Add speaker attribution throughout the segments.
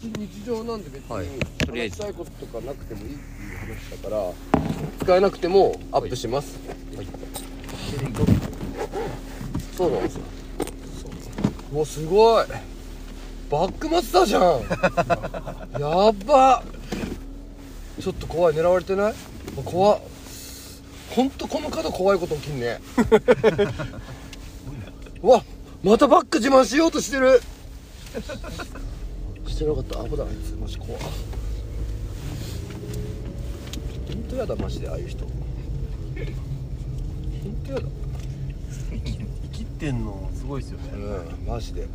Speaker 1: 非日常なんで別
Speaker 2: はい
Speaker 1: に
Speaker 2: とりあえ
Speaker 1: 話
Speaker 2: ず
Speaker 1: したいこととかなくてもいいっていう話だから使えなくてもアップします、そうなんですようわすごいバックマスターじゃ んやっばちょっと怖い狙われてない怖っほんとこの方怖いこと起き んねうわまたバック自慢しようとしてるしてなかった危ないあいつマジ怖っほんとやだマジでああいう人ほんとやだ
Speaker 3: 生き生きてんのすごいですよね
Speaker 1: うんマジで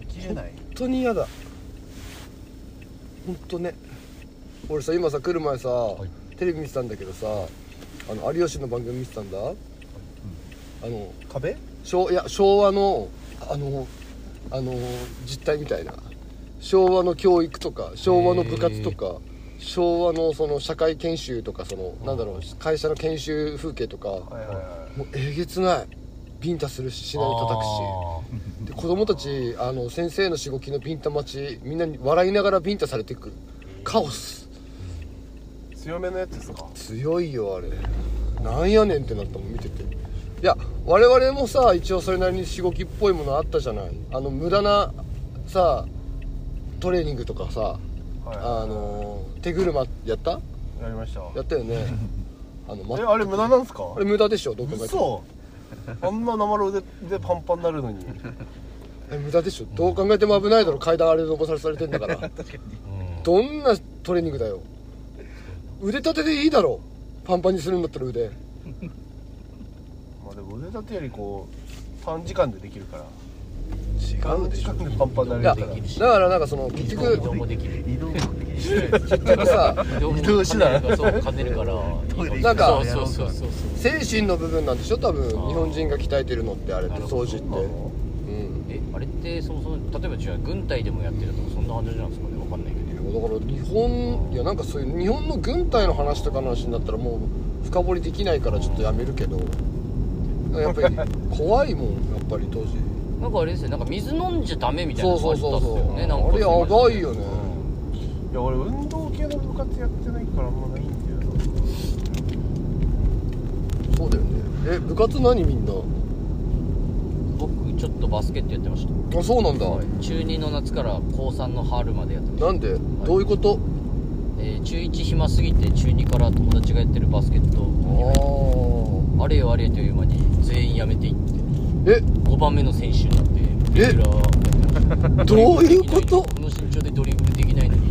Speaker 3: 生きれない
Speaker 1: 本当に嫌だ本当ね俺さ今さ来る前さ、テレビ見てたんだけどさあの有吉の番組見てたんだ、あの
Speaker 3: 壁
Speaker 1: 昭いや昭和のあのあの実態みたいな昭和の教育とか昭和の部活とか昭和のその社会研修とかそのなんだろう会社の研修風景とか
Speaker 3: はいはいは
Speaker 1: もうえげつないビンタするししない叩くしで子供たちあの先生のしごきのビンタ待ちみんなに笑いながらビンタされていくカオス
Speaker 3: い強めのやつですか
Speaker 1: 強いよあれなんやねんってなったもん見てていや我々もさ一応それなりにしごきっぽいものあったじゃないあの無駄なさトレーニングとかさ
Speaker 3: は
Speaker 1: あの手車やった
Speaker 3: いやりました
Speaker 1: やったよ ねあの、ま
Speaker 3: え、あれ無駄なんですか
Speaker 1: あれ無駄でしょどう考えても
Speaker 3: 嘘あんな生ロででパンパンになるのに
Speaker 1: え無駄でしょどう考えても危ないだろ階段あれで残さされてんだからどんなトレーニングだよ腕立てでいいだろパンパンにするんだったら腕
Speaker 3: まあでも腕立てよりこう短時間でできるから
Speaker 1: 違
Speaker 3: 短時間でパンパンに
Speaker 1: い
Speaker 3: な
Speaker 1: やだ
Speaker 3: れるから
Speaker 1: からなんかその結局
Speaker 4: 動もできる移動もできる
Speaker 1: 結局さ
Speaker 4: 移動手段そう兼ねるから
Speaker 1: なんか
Speaker 4: そうそうそうそう
Speaker 1: 精神の部分なんでしょ多分日
Speaker 4: ー
Speaker 1: 本人が鍛えてるのってあれって
Speaker 4: なる
Speaker 1: 掃
Speaker 4: ほど
Speaker 1: 除って
Speaker 3: そうなの
Speaker 1: うん
Speaker 4: えあれってそもそも例えば違う軍隊でもやってるとかそんな感じなんですかねわかんないけど
Speaker 1: いやだから日本いやなんかそういう日本の軍隊の話とかの話になったらもう深掘りできないからちょっとやめるけどやっぱ り怖いもんやっぱり当時
Speaker 4: なんかあれですよなんか水飲んじゃダメみたいな
Speaker 1: そう
Speaker 4: のが
Speaker 1: そ
Speaker 4: あっ
Speaker 1: う
Speaker 4: た
Speaker 1: そ
Speaker 4: っ
Speaker 1: うそ
Speaker 4: すよ
Speaker 1: う、
Speaker 4: ねなんか
Speaker 1: あれやばいよね、
Speaker 3: いや俺運動系の部活やってないからあんまないんだよな
Speaker 1: そうだよねえ部活何みんな
Speaker 4: 僕ちょっとバスケットやってました
Speaker 1: あそうなんだ、
Speaker 4: 中2の夏から高3の春までやってました
Speaker 1: なんで、どういうこと
Speaker 4: えー中1暇すぎて中2から友達がやってるバスケット
Speaker 1: あ
Speaker 4: あれよあれよという間に全員辞めていって
Speaker 1: あえ
Speaker 4: 5番目の選手になって
Speaker 1: え
Speaker 4: レギュラーやってました
Speaker 1: どういうこと
Speaker 4: この身長でドリブルできないのに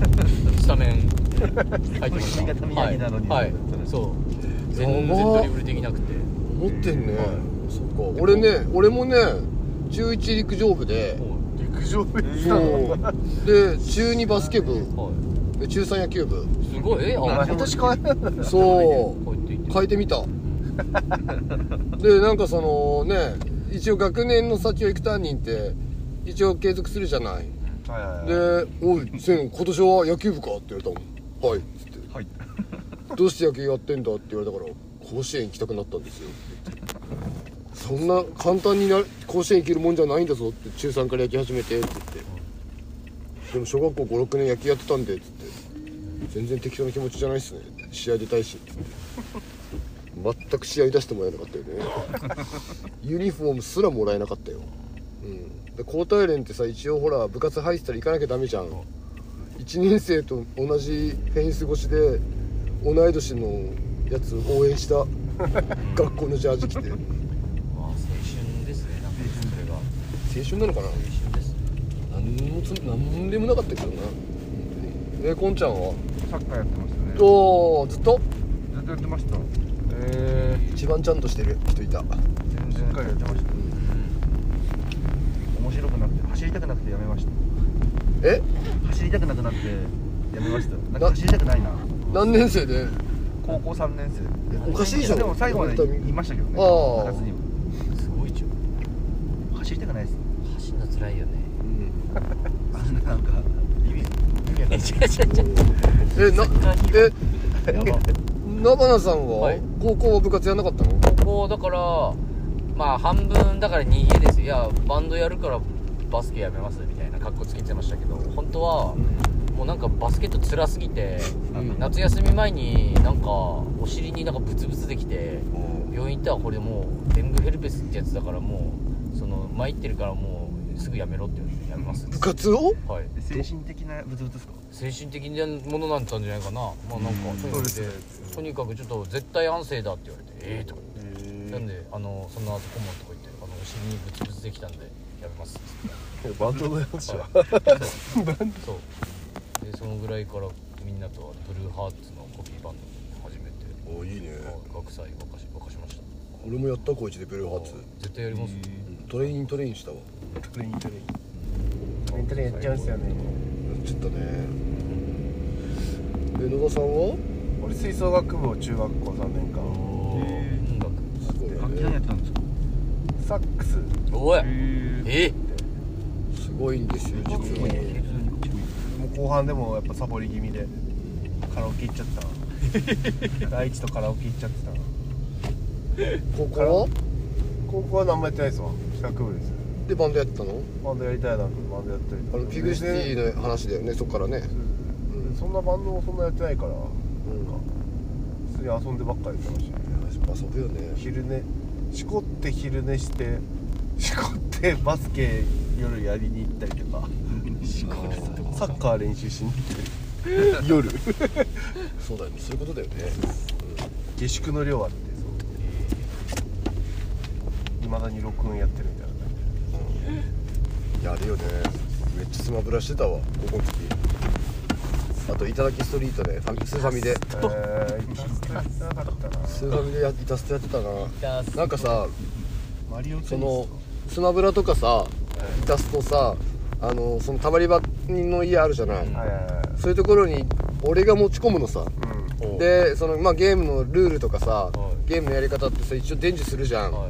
Speaker 4: スタメン入ってました
Speaker 5: 腰が富谷なのに
Speaker 4: はい、はい、そう全然ドリブルできなくて
Speaker 1: 持ってんね、そっか俺ね俺もね中1陸上部で
Speaker 4: も
Speaker 3: 陸上部やってたの
Speaker 1: そうで中2バスケ部
Speaker 4: う、は
Speaker 1: で中3野球部
Speaker 4: い、すごいえあ
Speaker 5: あ
Speaker 4: 今年
Speaker 3: 変わらない
Speaker 1: そ
Speaker 4: こうやって言って
Speaker 1: う変えてみたでなんかそのね一応学年の先を行く担任って一応継続するじゃない
Speaker 3: はいはいはい
Speaker 1: で「おい千今年は野球部か?」って言われたもん「はい」っつって「
Speaker 5: はい
Speaker 1: どうして野球やってんだ?」って言われたから「甲子園行きたくなったんですよ」そんな簡単にな甲子園行けるもんじゃないんだぞ」って中3から野球始めてって言って「でも小学校56年野球やってたんで」っつって「全然適当な気持ちじゃないっすね試合出たいし」って言って全く試合出してもらえなかったよねユニフォームすらもらえなかったよ、うん、で交代連ってさ一応ほら部活入ってたら行かなきゃダメじゃん1年生と同じフェンス越しで同い年のやつ応援した 学校のジャージ着て青
Speaker 4: あ青春ですねなんかそれが青
Speaker 1: 春なのかな
Speaker 4: 春ですね
Speaker 1: 何もつ何でもなかったけどなえこんちゃんは
Speaker 5: サッカーやってましたね
Speaker 1: おおずっと
Speaker 5: ずっとやってました
Speaker 3: え
Speaker 1: 一番ちゃんとしてる人いた
Speaker 5: 全然しっかりやってました面白くなくて走りたくなくてやめまし
Speaker 1: え
Speaker 5: た走りたくなくなってやめましたなん
Speaker 1: な
Speaker 5: か走りたくないな
Speaker 1: 何年生で
Speaker 5: 高校3年生
Speaker 1: おかしいじゃん
Speaker 5: でも最後までいましたけどね
Speaker 1: あー
Speaker 5: 部活にも
Speaker 4: すごいじゃん
Speaker 5: 走りたくないです
Speaker 4: 走んの辛いよね
Speaker 5: あんななんか意味意味わかんない
Speaker 1: えなえ
Speaker 5: やば
Speaker 1: なばなさんは、
Speaker 4: はい
Speaker 1: 高校は部活やんなかったの
Speaker 4: ここだからまあ半分だから逃げですよいやバンドやるからバスケやめますみたいな格好つけてましたけど本当はもうなんかバスケット辛すぎて
Speaker 1: うん
Speaker 4: 夏休み前になんかお尻になんかブツブツできて
Speaker 5: も
Speaker 4: 病院行ったらこれもうデングヘルペスってやつだからもうその参ってるからもうすぐやめろって言われてやめます
Speaker 1: 部活を
Speaker 4: はいう
Speaker 5: 精神的なブツブツですか
Speaker 4: 精神的なものなんたんじゃないかなまあなんかとに
Speaker 5: そう
Speaker 4: か
Speaker 5: で
Speaker 4: く
Speaker 5: すね
Speaker 4: とにかくちょっと絶対安静だって言われてええとか言って
Speaker 3: え
Speaker 4: なんであのその後顧問とか言ってあのお尻にブツブツできたんでやめますって
Speaker 3: バンドのやつじゃん
Speaker 4: そうでそのぐらいからみんなとはブルーハーツのコピーバンドを始めて
Speaker 1: おいいね
Speaker 4: 学祭沸かし沸かしました
Speaker 1: 俺もやった高一でブルーハーツ
Speaker 4: 絶対やりますよ
Speaker 1: うんトレイントレインしたわ
Speaker 3: トレイントレイントレイントレインやっちゃうんすよね
Speaker 1: やっちゃったねえ野田さんは
Speaker 3: 俺吹奏楽部を中学校3年間
Speaker 5: へ
Speaker 4: 音楽
Speaker 1: すごいよ
Speaker 5: 楽器何や
Speaker 1: ね
Speaker 5: ってたんですか
Speaker 3: サックス
Speaker 4: おい
Speaker 5: え
Speaker 4: え
Speaker 1: すごいんですよ実は
Speaker 3: もう後半でもやっぱサボり気味でカラオケ行っちゃ ったな第一とカラオケ行っちゃってたな
Speaker 1: 高校は
Speaker 3: 高校は何もやってないですわ企画部です
Speaker 1: でバンドやってたの
Speaker 3: バンドやりたいなってバンドやったり
Speaker 1: あのピグシティの話だよねそっからね
Speaker 3: ィそんなバンドもそんなやってないから
Speaker 1: うん
Speaker 3: 普通に遊んでばっかりやってましたね
Speaker 1: 遊ぶよね
Speaker 3: 昼寝しこって昼寝してしこってバスケ夜やりに行ったりとかしこってサッカー練習しに行ったり
Speaker 1: 夜そうだよねそういうことだよね
Speaker 3: 下宿の量あってそういまだに録音やってるみたいな感じ
Speaker 1: やるよねめっちゃスマブラしてたわ高校の時あと「いただきストリートで」ファミスーファミで
Speaker 3: えー、いたすなかったな
Speaker 1: スーファミでやイタストやってたな
Speaker 4: ダンス
Speaker 1: なんかさ
Speaker 5: マリオテニス
Speaker 1: そのスマブラとかさイタストさあのそのたまり場の家あるじゃない、
Speaker 3: はいはいはい
Speaker 1: そういうところに俺が持ち込むのさ
Speaker 3: うん
Speaker 4: お
Speaker 1: でその、まあ、ゲームのルールとかさ、
Speaker 4: い
Speaker 1: ゲームのやり方ってさ一応伝授するじゃん、
Speaker 4: は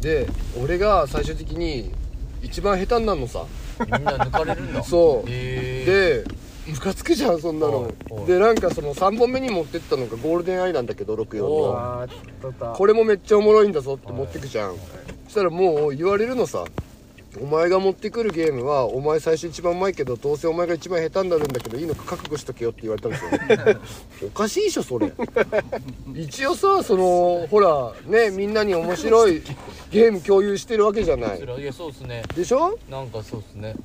Speaker 1: で俺が最終的に一番下手になるのさ
Speaker 4: いみんな抜かれるん だ
Speaker 1: そう
Speaker 4: え
Speaker 1: でムカつくじゃんそんなの
Speaker 4: はいはい
Speaker 1: でなんかその3本目に持ってったのがゴールデンアイなんだけど64
Speaker 4: お
Speaker 1: の
Speaker 3: あーちょっと
Speaker 1: これもめっちゃおもろいんだぞって持ってくじゃん、そしたらもう言われるのさお前が持ってくるゲームはお前最初一番うまいけどどうせお前が一番下手になるんだけどいいのか覚悟しとけよって言われたんですよおかしいでしょそれ一応さそのほらねみんなに面白いゲーム共有してるわけじゃな
Speaker 4: そ
Speaker 1: い
Speaker 4: れはいやそうっすね
Speaker 1: でしょ
Speaker 4: なんかそうっすね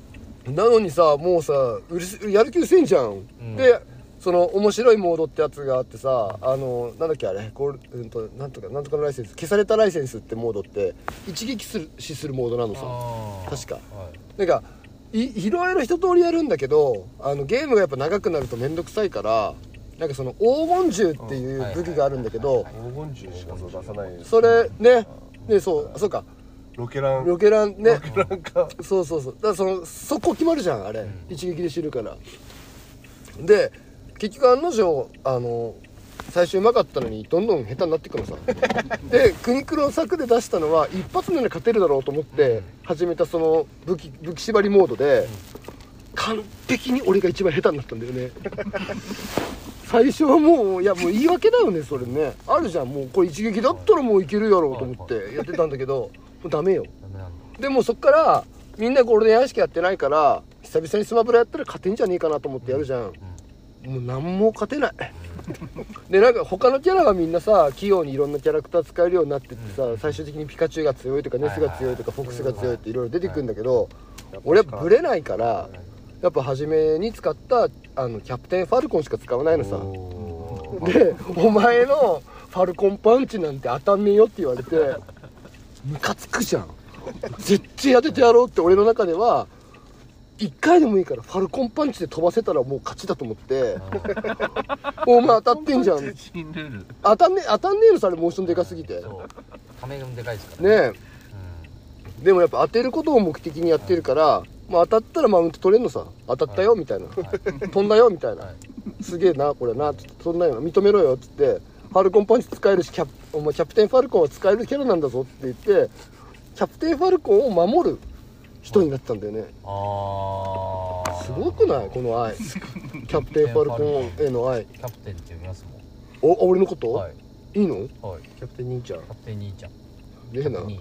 Speaker 1: なのにさもうさうるせやる気うせえんじゃん、
Speaker 4: ん
Speaker 1: でその面白いモードってやつがあってさあのなんだっけあれこれ、うん、となんとかなんとかのライセンス消されたライセンスってモードって一撃する死するモードなのさ
Speaker 4: あー
Speaker 1: 確か
Speaker 4: はい
Speaker 1: なんかいいろいろ一通りやるんだけどあのゲームがやっぱ長くなると面倒くさいからなんかその黄金銃っていう武器があるんだけど
Speaker 3: 黄金銃しかそう出さないです
Speaker 1: それねねそうそうか
Speaker 3: ロケラン
Speaker 1: ロケランね
Speaker 3: なんか
Speaker 1: そうそうそうだからそのそこ決まるじゃんあれ、一撃で死ぬからで結局案の定あの最初うまかったのにどんどん下手になっていくの さで苦肉の策で出したのは一発なら勝てるだろうと思って始めたその武器武器縛りモードで完璧に俺が一番下手になったんだよ ね最初はもういやもう言い訳だよねそれねあるじゃんもうこれ一撃だったらもういけるやろうと思ってやってたんだけどもうダメよ
Speaker 4: ダメなんだ
Speaker 1: でもそっからみんなゴールデンアイしかやってないから久々にスマブラやったら勝てんじゃねえかなと思ってやるじゃん、もう何も勝てないでなんか他のキャラがみんなさ器用にいろんなキャラクター使えるようになってってさ、最終的にピカチュウが強いとかネスが強いとかフォックスが強いっていろいろ出てくるんだけど、俺はブレないからやっぱ初めに使ったあのキャプテンファルコンしか使わないのさで「お前のファルコンパンチなんて当たんねえよ」って言われてムカつくじゃん絶対当ててやろうって俺の中では1回でもいいからファルコンパンチで飛ばせたらもう勝ちだと思って「お前当たってんじゃん
Speaker 5: 新ルール
Speaker 1: 当たんね当たんねえのさあれモーションでかすぎて」
Speaker 4: そうためがでかいですからね
Speaker 1: ねえでもやっぱ当てることを目的にやってるから、まあ、当たったらマウント取れんのさ当たったよみたいな、飛んだよみたいな、
Speaker 4: は
Speaker 1: すげえなこれなちょっとそんなよな認めろよっつってファルコンパンチ使えるしキャプお前キャプテンファルコンは使えるキャラなんだぞって言ってキャプテンファルコンを守る人になったんだよね、
Speaker 4: ああ
Speaker 1: すごくないこの愛キャプテンファルコンへの愛
Speaker 4: キャプテンって呼びますもん
Speaker 1: おあ俺のこと、
Speaker 4: はい
Speaker 1: い、いの
Speaker 4: はい
Speaker 1: キャプテン兄ちゃん
Speaker 4: キャプテン兄ちゃん
Speaker 1: ねえな
Speaker 4: 兄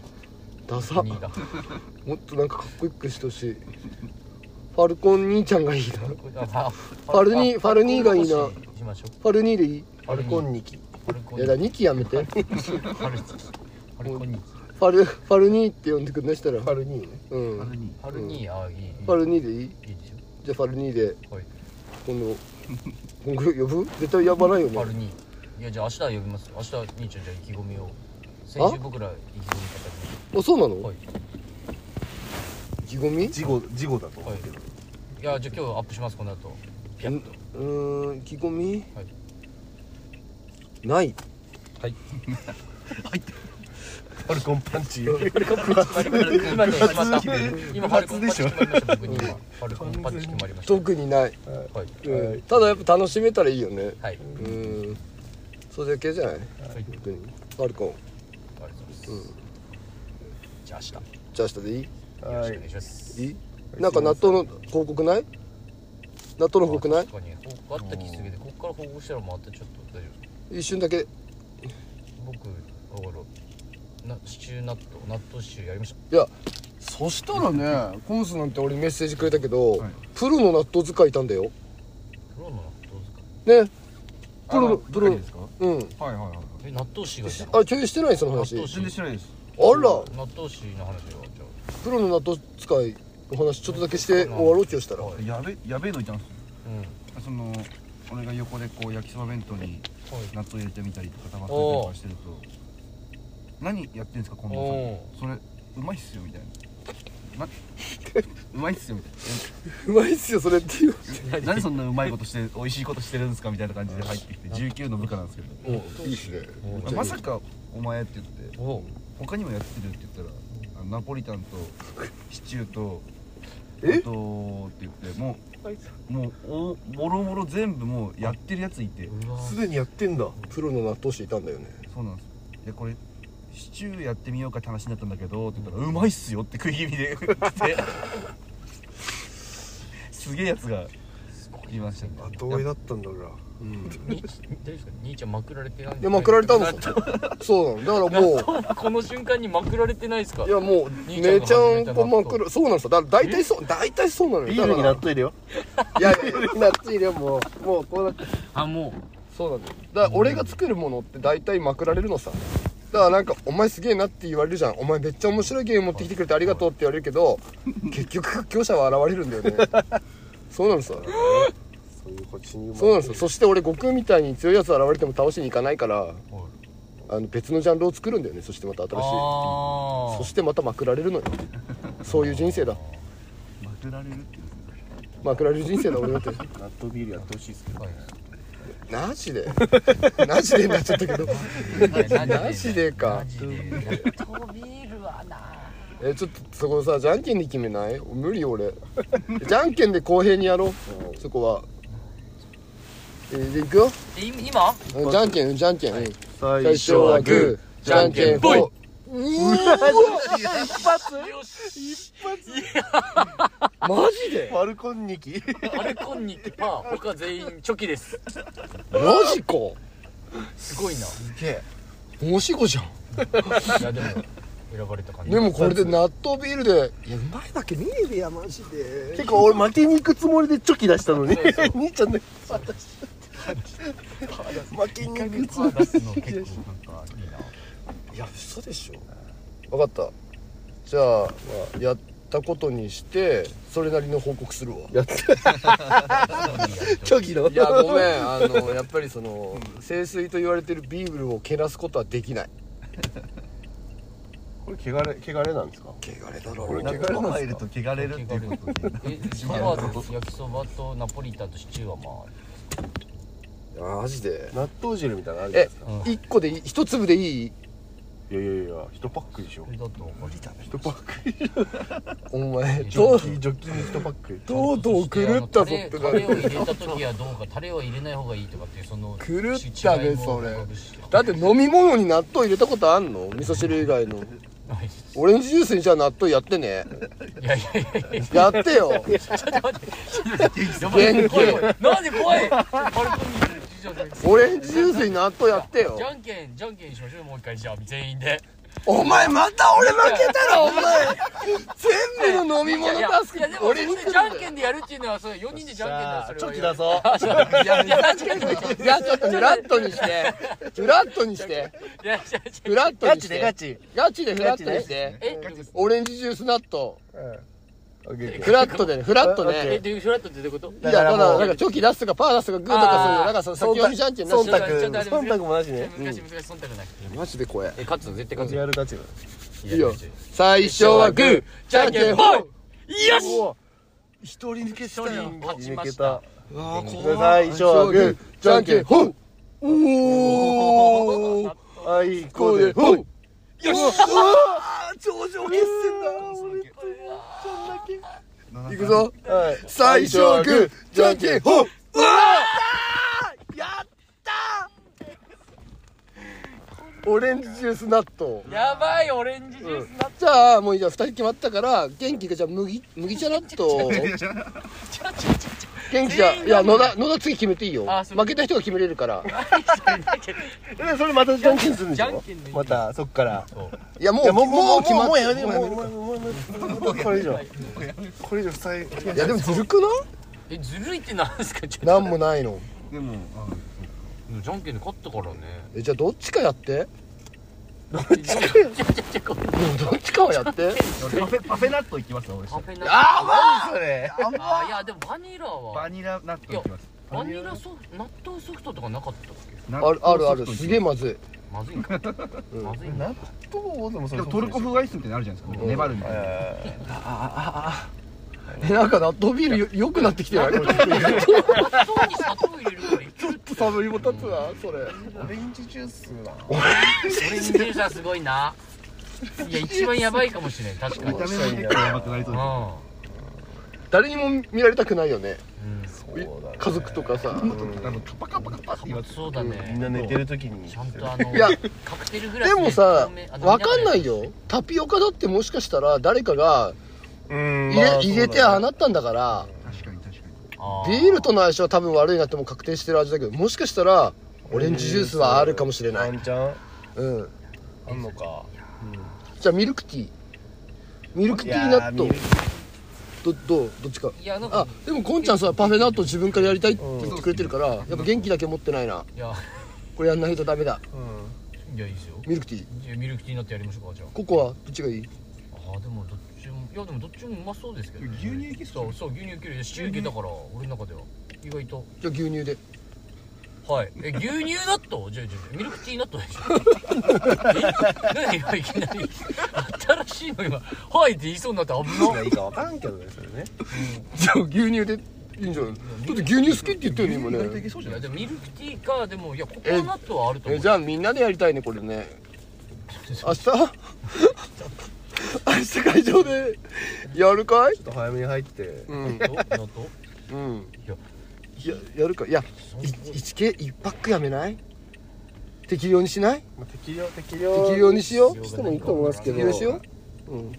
Speaker 1: ダサ
Speaker 4: 兄が
Speaker 1: もっとなんかかっこよくしてほしいファルコン兄ちゃんがいいなファルニーファルニーがいいな
Speaker 4: しましょ
Speaker 1: ァルニーでいい
Speaker 3: アルコンニキ
Speaker 4: うファルコ
Speaker 1: い
Speaker 4: ニ
Speaker 1: や
Speaker 4: ー
Speaker 1: だ2期やめてフ
Speaker 4: ファルニーファルコニー
Speaker 1: ァルファルニーって呼んでくんなしたら
Speaker 3: ファルニーね
Speaker 1: うん
Speaker 5: あ
Speaker 1: フ
Speaker 5: れに
Speaker 4: ファルニーああいいいい
Speaker 1: ァルニーでいい
Speaker 4: いいでし
Speaker 1: じゃあファルニーで
Speaker 4: ょはい
Speaker 1: 今度今後呼ぶ絶対呼ばないよ
Speaker 4: ファ
Speaker 1: ね
Speaker 4: ルニーいやじゃあ明日呼びます明日兄ちゃんじゃあ意気込みを先週僕ら意気込み語り
Speaker 1: あそうな
Speaker 4: ま
Speaker 1: の
Speaker 4: したは
Speaker 1: 意気込み
Speaker 3: 事後事後だと思うけど、
Speaker 4: いいやじゃあ今日アップしますこの後ピャッと
Speaker 1: うーん意気込み
Speaker 4: はい
Speaker 1: ない
Speaker 3: ファルコンパンチ
Speaker 4: 今ね決まった今ファルコンパンチ決まりました僕に今ファルコンパンチ決まりました
Speaker 1: 特にない、
Speaker 4: はい
Speaker 1: うん
Speaker 3: はい
Speaker 1: ただやっぱ楽しめたらいいよね
Speaker 4: はい
Speaker 1: うんそれだけじゃない
Speaker 4: はいあ
Speaker 1: 本
Speaker 4: りが
Speaker 1: 当にファルコン
Speaker 4: とうございます
Speaker 1: うん
Speaker 4: じゃあ明日よ
Speaker 1: じゃあ明日でいい
Speaker 4: ろ
Speaker 3: は
Speaker 4: しくお
Speaker 3: い
Speaker 4: 願いします
Speaker 1: いいなんか納豆の広告ない納豆の広告ない
Speaker 4: 確かに報告あった気するけどここから報告したらまたちょっと大丈夫
Speaker 1: 一瞬だけ
Speaker 4: 僕だからなシチュー納豆納豆シチューやりました
Speaker 1: いやそしたらねコムスなんて俺にメッセージくれたけど、
Speaker 5: はい
Speaker 1: プロの納豆使いいたんだよ
Speaker 4: プロの納豆ですか
Speaker 1: ね
Speaker 5: あ
Speaker 1: プロの
Speaker 5: あ
Speaker 1: プロ
Speaker 5: 理解ですかは
Speaker 1: うん
Speaker 5: いはいはい
Speaker 4: え納豆シーがいた
Speaker 1: あ共有してないその話
Speaker 4: 納豆
Speaker 5: 全然知らないです
Speaker 1: あら
Speaker 4: 納豆シーの話はじゃ
Speaker 1: プロの納豆使いお話ちょっとだけして終わろう今日したら
Speaker 4: はい
Speaker 5: やべやべえのいたんですよ
Speaker 4: あうん
Speaker 5: その俺が横でこう焼きそば弁当に
Speaker 4: はい
Speaker 5: 納豆入れてみたりとか玉入れたりとかしてると何やってんですか近藤
Speaker 4: おう
Speaker 5: さんそれうまいっすよみたい ななうまいっすよみたい
Speaker 1: う
Speaker 5: な
Speaker 1: まいっすよそれっていう
Speaker 5: え何そんなうまいことして美味しいことしてるんですかみたいな感じで入ってきて19の部下なんですけど
Speaker 1: いいっすね
Speaker 5: あまさかお前って言って
Speaker 4: おう
Speaker 5: 他にもやってるって言ったらあナポリタンとシチューと
Speaker 1: え
Speaker 5: あとって言ってもうもうおもろもろ全部もうやってるやついて
Speaker 4: うわ
Speaker 3: すでにやってんだ
Speaker 1: プロの納豆師いたんだよね
Speaker 5: そうなんですよいやこれシチューやってみようかって話になったんだけどって言ったら「うまいっすよ」って食い気味で言って すげえやつがいましたね
Speaker 3: 後追いだったんだ俺ら
Speaker 4: 兄ちゃん大丈夫ですか兄ちゃんまくられてないん
Speaker 1: いやまくられたん
Speaker 4: で
Speaker 1: ですすよそうなのだからもう
Speaker 4: か この瞬間にまくられてないですか
Speaker 1: いやもう
Speaker 4: 兄ちゃん
Speaker 1: め
Speaker 4: が
Speaker 1: ちゃ
Speaker 4: 始め
Speaker 1: ん
Speaker 4: た納
Speaker 1: こ
Speaker 4: 豆
Speaker 1: まくるそうなんですよだから大体そう大体そうなのよだから
Speaker 3: 入れよ
Speaker 1: いやいや納豆入れよもうもうこうなって
Speaker 4: あも
Speaker 1: そうなんだよだから俺が作るものって大体まくられるのさだからなんか「お前すげえな」って言われるじゃん「お前めっちゃ面白いゲーム持ってきてくれてありがとう」って言われるけど結局屈強者は現れるんだよねそうなのさ
Speaker 3: そういうこっちに
Speaker 1: そうなんですよそして俺悟空みたいに強いやつ現れても倒しに行かないから
Speaker 4: うはい
Speaker 1: あの別のジャンルを作るんだよねそしてまた新しい
Speaker 4: あ
Speaker 1: そしてまたまくられるのよそういう人生だ
Speaker 5: まくられるって言うんですね
Speaker 1: まくられる人生だ俺だって
Speaker 3: 納豆ビールやってほしいですけど
Speaker 4: はい
Speaker 1: マジでマジでになっちゃった けどマジでか
Speaker 4: マジで納豆ビールはな
Speaker 1: えちょっとそこさじゃんけんで決めない無理俺 じゃんけんで公平にやろうそこはえー、でいくよ
Speaker 4: えい今
Speaker 1: うんじゃんけんじゃんけん、
Speaker 3: 最
Speaker 1: 最初はグーじゃんけんぽい
Speaker 4: よし
Speaker 1: マジで
Speaker 3: ファルコンニキ
Speaker 4: アルコンニキパー他全員チョキです
Speaker 1: マジか
Speaker 4: すごいな
Speaker 1: 面白いじゃん
Speaker 4: いやでも選ばれた感じ
Speaker 1: でもこれで納豆ビールでいやうまいわけねえべやマジで
Speaker 3: 結構俺負けに行くつもりでチョキ出したのに
Speaker 4: そうそう
Speaker 3: 兄ちゃんね
Speaker 1: 負けに
Speaker 4: 出すの結構なんかいいない
Speaker 1: や嘘でしょ分かったじゃあ、まあやったことにしてそれなりの報告するわ
Speaker 3: やった
Speaker 4: チョ
Speaker 3: キの
Speaker 1: いやごめんあのやっぱりその清水と言われてるビールをけなすことはできない
Speaker 3: これ汚れ汚れなんですか
Speaker 1: 汚れだろ
Speaker 3: 俺
Speaker 1: 俺
Speaker 5: 仲間入ると汚れるっていうことで
Speaker 4: えその後焼きそばとナポリタンとシチューはま
Speaker 1: マジで
Speaker 3: 納豆汁みたいなのあるじゃ
Speaker 1: え
Speaker 3: ないですか
Speaker 4: あ
Speaker 1: 一1個でいい1粒でいい
Speaker 3: いやいやいや一パックでしょ
Speaker 4: これだと
Speaker 3: 一パック
Speaker 1: お前
Speaker 3: ジョ
Speaker 1: どう
Speaker 3: ッキジョッキに一パック
Speaker 1: とうとう狂ったぞって
Speaker 4: タ
Speaker 1: な
Speaker 4: レを
Speaker 1: る
Speaker 4: 入れた時はどうかタレを入れない方がいいとかっていうその
Speaker 1: 狂ったね
Speaker 4: 違いも
Speaker 1: それ
Speaker 4: 学ぶし
Speaker 1: だって飲み物に納豆入れたことあんの味噌汁以外の
Speaker 4: ない
Speaker 1: オレンジジュースにじゃあ納豆やってね
Speaker 4: いやい やいやいや
Speaker 1: やってよ
Speaker 4: ちょっと待ってやばい怖い怖いなんで怖いちょっとバルコニー
Speaker 1: オレンジジュースに納豆やってよ
Speaker 4: じゃんけんじゃんけんしましょうもう一回じゃあ全員で
Speaker 1: お前また俺負けたろお前全部の飲み物
Speaker 4: いや
Speaker 1: 助
Speaker 4: いや
Speaker 1: け
Speaker 4: で
Speaker 1: て
Speaker 4: も
Speaker 1: 俺に
Speaker 4: じゃんけんでやるっていうのはそれ4人でじゃんけんだそれ
Speaker 3: チョ
Speaker 4: は
Speaker 3: キ出そう
Speaker 1: いやいや確かにいやちょっとフラットにしてフラットにして
Speaker 4: いやいやいや
Speaker 1: フラットにして
Speaker 3: チ
Speaker 1: ガチでフラットにして
Speaker 4: え
Speaker 1: オレンジジュースナット
Speaker 3: オッケーオッケー
Speaker 1: フラットでねフラット
Speaker 4: え
Speaker 1: ね
Speaker 4: でフラットってどういうこと
Speaker 1: いや
Speaker 3: だ
Speaker 1: だ
Speaker 3: から
Speaker 1: から
Speaker 3: もう
Speaker 1: なんかチョキ出すとかパー出すとかグーとかする
Speaker 4: あー
Speaker 1: なんかその先読みじゃんけんなし
Speaker 3: 忖度
Speaker 4: ちょっとあれ
Speaker 3: 忖度もなしね
Speaker 4: 難しい難しい忖度ない
Speaker 1: マジで怖え
Speaker 4: え勝つの絶対
Speaker 3: リアル
Speaker 4: 勝
Speaker 3: ガチだ
Speaker 4: つ
Speaker 1: いいよ最初はグーじ
Speaker 4: じ
Speaker 1: ゃ
Speaker 4: ゃ
Speaker 1: ん
Speaker 4: ん
Speaker 1: け
Speaker 4: け
Speaker 1: ん
Speaker 4: ん
Speaker 1: ほ
Speaker 4: ほ
Speaker 1: い
Speaker 4: いよし
Speaker 3: お
Speaker 5: 一人抜けし
Speaker 4: 一
Speaker 5: たよ
Speaker 4: 人勝ちま
Speaker 3: 抜け
Speaker 4: した
Speaker 3: た
Speaker 1: うわー
Speaker 3: で
Speaker 1: 怖い
Speaker 3: 最初はグー
Speaker 1: じゃんけんほいおー
Speaker 3: あいこ
Speaker 1: こ
Speaker 3: う
Speaker 1: う
Speaker 3: で
Speaker 1: で
Speaker 3: ほ
Speaker 1: ほ
Speaker 3: い
Speaker 1: い
Speaker 5: 頂上決戦だ
Speaker 1: いくぞ
Speaker 3: はい
Speaker 1: 最初はグーじゃんけんほいうわーやったーオレンジジュース納豆
Speaker 4: やばいオレンジジ ュースな
Speaker 1: じゃあもうじゃあ2人決まったから元気がじゃあ麦麦茶納豆元気じゃいや野田野田次決めていいよ
Speaker 4: あそう
Speaker 1: 負けた人が決めれるから
Speaker 3: えそれまたじゃんけんするんでし
Speaker 4: じゃ
Speaker 3: ょ
Speaker 4: んけんでいい
Speaker 3: またそっから
Speaker 1: いやも
Speaker 3: いう
Speaker 1: もう決まっ
Speaker 3: もう
Speaker 1: て
Speaker 3: やめて
Speaker 1: もう
Speaker 3: もう
Speaker 1: やめるか
Speaker 3: もうもうもうこれ以上これ以上負債
Speaker 1: いやでもずるくな
Speaker 4: えずるいってなんですかちょっと
Speaker 1: なんもないの
Speaker 5: でも
Speaker 4: じゃんけんで勝ったからね
Speaker 1: えじゃあどっちかやって
Speaker 4: どっちか
Speaker 1: う
Speaker 4: よ
Speaker 1: んどっちかはやって
Speaker 5: パフェパフェナットいきますわ俺
Speaker 4: カフェナ
Speaker 3: それ
Speaker 5: あん
Speaker 4: あいやでもバニラは
Speaker 5: バニラ納豆いきます
Speaker 4: バニラソフト納豆ソフトとかなかったっけ
Speaker 5: 納
Speaker 1: あ
Speaker 5: 豆
Speaker 1: るあるあ
Speaker 5: ソ
Speaker 1: る
Speaker 5: フトいきます
Speaker 1: げえまずい
Speaker 4: まずいかまずいな
Speaker 3: 納豆でもそ
Speaker 5: で
Speaker 3: れ
Speaker 5: もトルコ風アイスみたいなのあるじゃないですか粘るみたいな
Speaker 3: えー
Speaker 1: えなんか納豆ビールよ良くなってきてないこれ
Speaker 4: 納豆に砂糖入れるからいける
Speaker 1: 寒いも立つなそれ
Speaker 3: オレンジジュースな
Speaker 4: オレンジジュースはすごいないや一番やばいかもしれん確か
Speaker 5: 見
Speaker 4: に
Speaker 5: た目も結構やばくなりそううです
Speaker 4: ん
Speaker 1: 誰にも見られたくないよね
Speaker 4: うん
Speaker 3: そうだね
Speaker 1: 家族とかさ
Speaker 5: あのカパカパカパって言われて
Speaker 4: そうだ
Speaker 3: みん
Speaker 4: ね
Speaker 3: な寝てる時に
Speaker 4: ちゃんとあの
Speaker 1: いや
Speaker 4: カクテルグラス
Speaker 1: でもさわかんない
Speaker 4: よ
Speaker 1: よタピオカだってもしかしたら誰かが
Speaker 3: うん
Speaker 1: 入れ入れてああ
Speaker 3: な
Speaker 1: なったんだから
Speaker 5: 確かに確か
Speaker 1: ビールとの相性は多分悪いなってもう確定してる味だけどもしかしたらオレンジジュースはあるかもしれな
Speaker 3: ワ
Speaker 1: い
Speaker 3: ンチャン
Speaker 1: うん
Speaker 3: あんのか
Speaker 1: じゃあミルクティーミルクティー納
Speaker 3: い
Speaker 1: 豆
Speaker 3: やーミルク
Speaker 1: どどうどっちか
Speaker 4: いやなんか
Speaker 1: あでもこんちゃんさパフェ納豆自分からやりたいって言ってくれてるからやっぱ元気だけ持ってないない
Speaker 4: や
Speaker 1: これやんないとダメだ
Speaker 4: いやいいですよ
Speaker 1: ミルクティー
Speaker 4: じゃあミルクティーになってやりましょうかじゃあ
Speaker 1: ココアどっちがいい
Speaker 4: あーでもどっちもいやでもどっちもうまそうですけど、ね、
Speaker 5: 牛乳いけそ
Speaker 4: そううそう牛乳いけるいやシチューいけたから俺の中では意外と
Speaker 1: じゃあ牛乳で
Speaker 4: はいえ牛乳納豆じゃあじゃあミルクティー納豆でしょえ何今いきなり新しいの今はいって言いそうになって危
Speaker 3: ティー
Speaker 4: な
Speaker 3: がいいかわからんけどねそれね
Speaker 1: じゃあ牛乳でいいんじゃないだって牛乳好きって言ったよね今
Speaker 5: 意外とい
Speaker 1: ね
Speaker 5: けそうじ
Speaker 4: い
Speaker 5: ゃ
Speaker 4: や
Speaker 5: ない
Speaker 4: でもミルクティーかでもいやココア納豆はあると思
Speaker 1: え
Speaker 4: う
Speaker 1: じゃあみんなでやりたいねこれね明日明日会場でやるかい
Speaker 3: ちょっと早めに入って
Speaker 1: うん
Speaker 4: 納豆
Speaker 1: うん
Speaker 4: いや
Speaker 1: いややるかいやい一ケ一パックやめない適量にしない
Speaker 3: まあ適量適量
Speaker 1: 適量にしよう
Speaker 3: してもいいと思いますけど
Speaker 1: 適量にしよう、うん、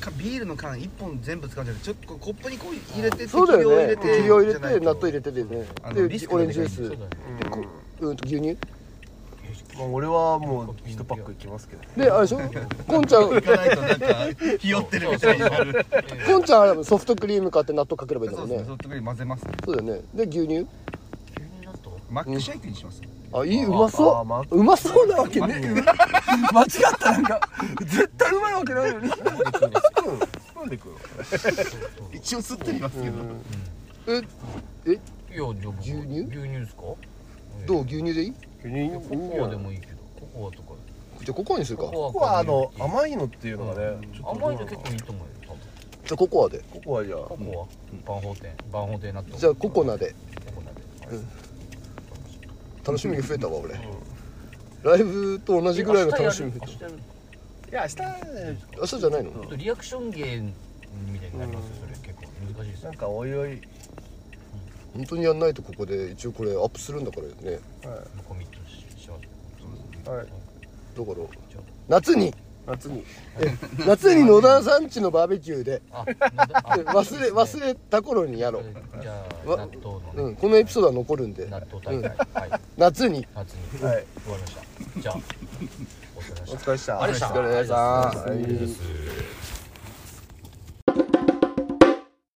Speaker 5: かビールの缶1本全部使うんじゃなくてちょっとこうコップにこう入れて
Speaker 1: そうだよね適量入れて
Speaker 5: じゃないと
Speaker 1: 納豆入れてでね
Speaker 5: あの
Speaker 1: で
Speaker 5: リスク
Speaker 1: オ
Speaker 5: が
Speaker 1: レ
Speaker 5: で
Speaker 1: ン
Speaker 5: かい
Speaker 1: ジジュース
Speaker 4: そうだね
Speaker 1: でこうんと牛乳
Speaker 3: まあ俺はもう一パックいきますけど
Speaker 1: であれでしょこんちゃん
Speaker 5: 行かないとなんかひよってるみたいになる
Speaker 1: こんちゃんあれだもんソフトクリーム買って納豆かければいいんだ
Speaker 5: そ
Speaker 1: も
Speaker 5: うんです
Speaker 1: ね
Speaker 5: ねソフトクリーム混ぜます
Speaker 1: そうだよねで牛乳
Speaker 4: 牛乳納豆
Speaker 5: マックシェイクにします
Speaker 1: あいいうまそ
Speaker 3: あまあ
Speaker 1: ううまそうなわけねうま間違ったなんか絶対うまいわけないのに
Speaker 3: なんで食うの
Speaker 5: 一応吸ってみますけど
Speaker 1: え
Speaker 4: いやじゃあ僕
Speaker 1: 牛乳
Speaker 4: 牛乳ですか
Speaker 1: どう
Speaker 4: う
Speaker 1: 牛乳でいい
Speaker 4: ココアでもいいけどココアとか
Speaker 1: じゃあココアにするか
Speaker 4: コ
Speaker 3: ココアあ
Speaker 4: かミル
Speaker 3: の
Speaker 4: クティー
Speaker 3: 甘いのっていうのがねちょっと
Speaker 4: 甘いの結構いいと思うよ多分
Speaker 1: じゃあココアで
Speaker 3: ココアじゃあ
Speaker 4: ココア万宝店万宝店納豆
Speaker 1: じゃあココナで
Speaker 4: ココナで
Speaker 1: 楽しみが増えたわ俺ライブと同じぐらいの楽しみ増えた
Speaker 3: いや明
Speaker 1: 明日じゃないの
Speaker 4: ちょっとリアクション芸みたいになりますよそれ結構難しいです
Speaker 3: 日な
Speaker 4: よ
Speaker 3: んかおいおい
Speaker 1: 本当にやんないとここで一応これアップするんだからね
Speaker 3: は
Speaker 4: コミットししま
Speaker 3: い
Speaker 4: す
Speaker 3: は
Speaker 1: だか
Speaker 3: い
Speaker 1: ら夏に
Speaker 3: 夏に
Speaker 1: え夏に野田さんちのバーベキュー で
Speaker 4: あなんだあ
Speaker 1: え忘れ忘れた頃にやろう、
Speaker 4: じゃあ
Speaker 1: わ
Speaker 4: 納豆のね
Speaker 1: うん、このエピソードは残るんで
Speaker 4: 納豆大会はい
Speaker 1: 夏に
Speaker 4: 夏に終
Speaker 3: はい
Speaker 4: わりましたじゃあお疲れ様で
Speaker 6: お
Speaker 4: す
Speaker 6: 疲れっした
Speaker 7: あれでした
Speaker 4: お疲れ様でした。はい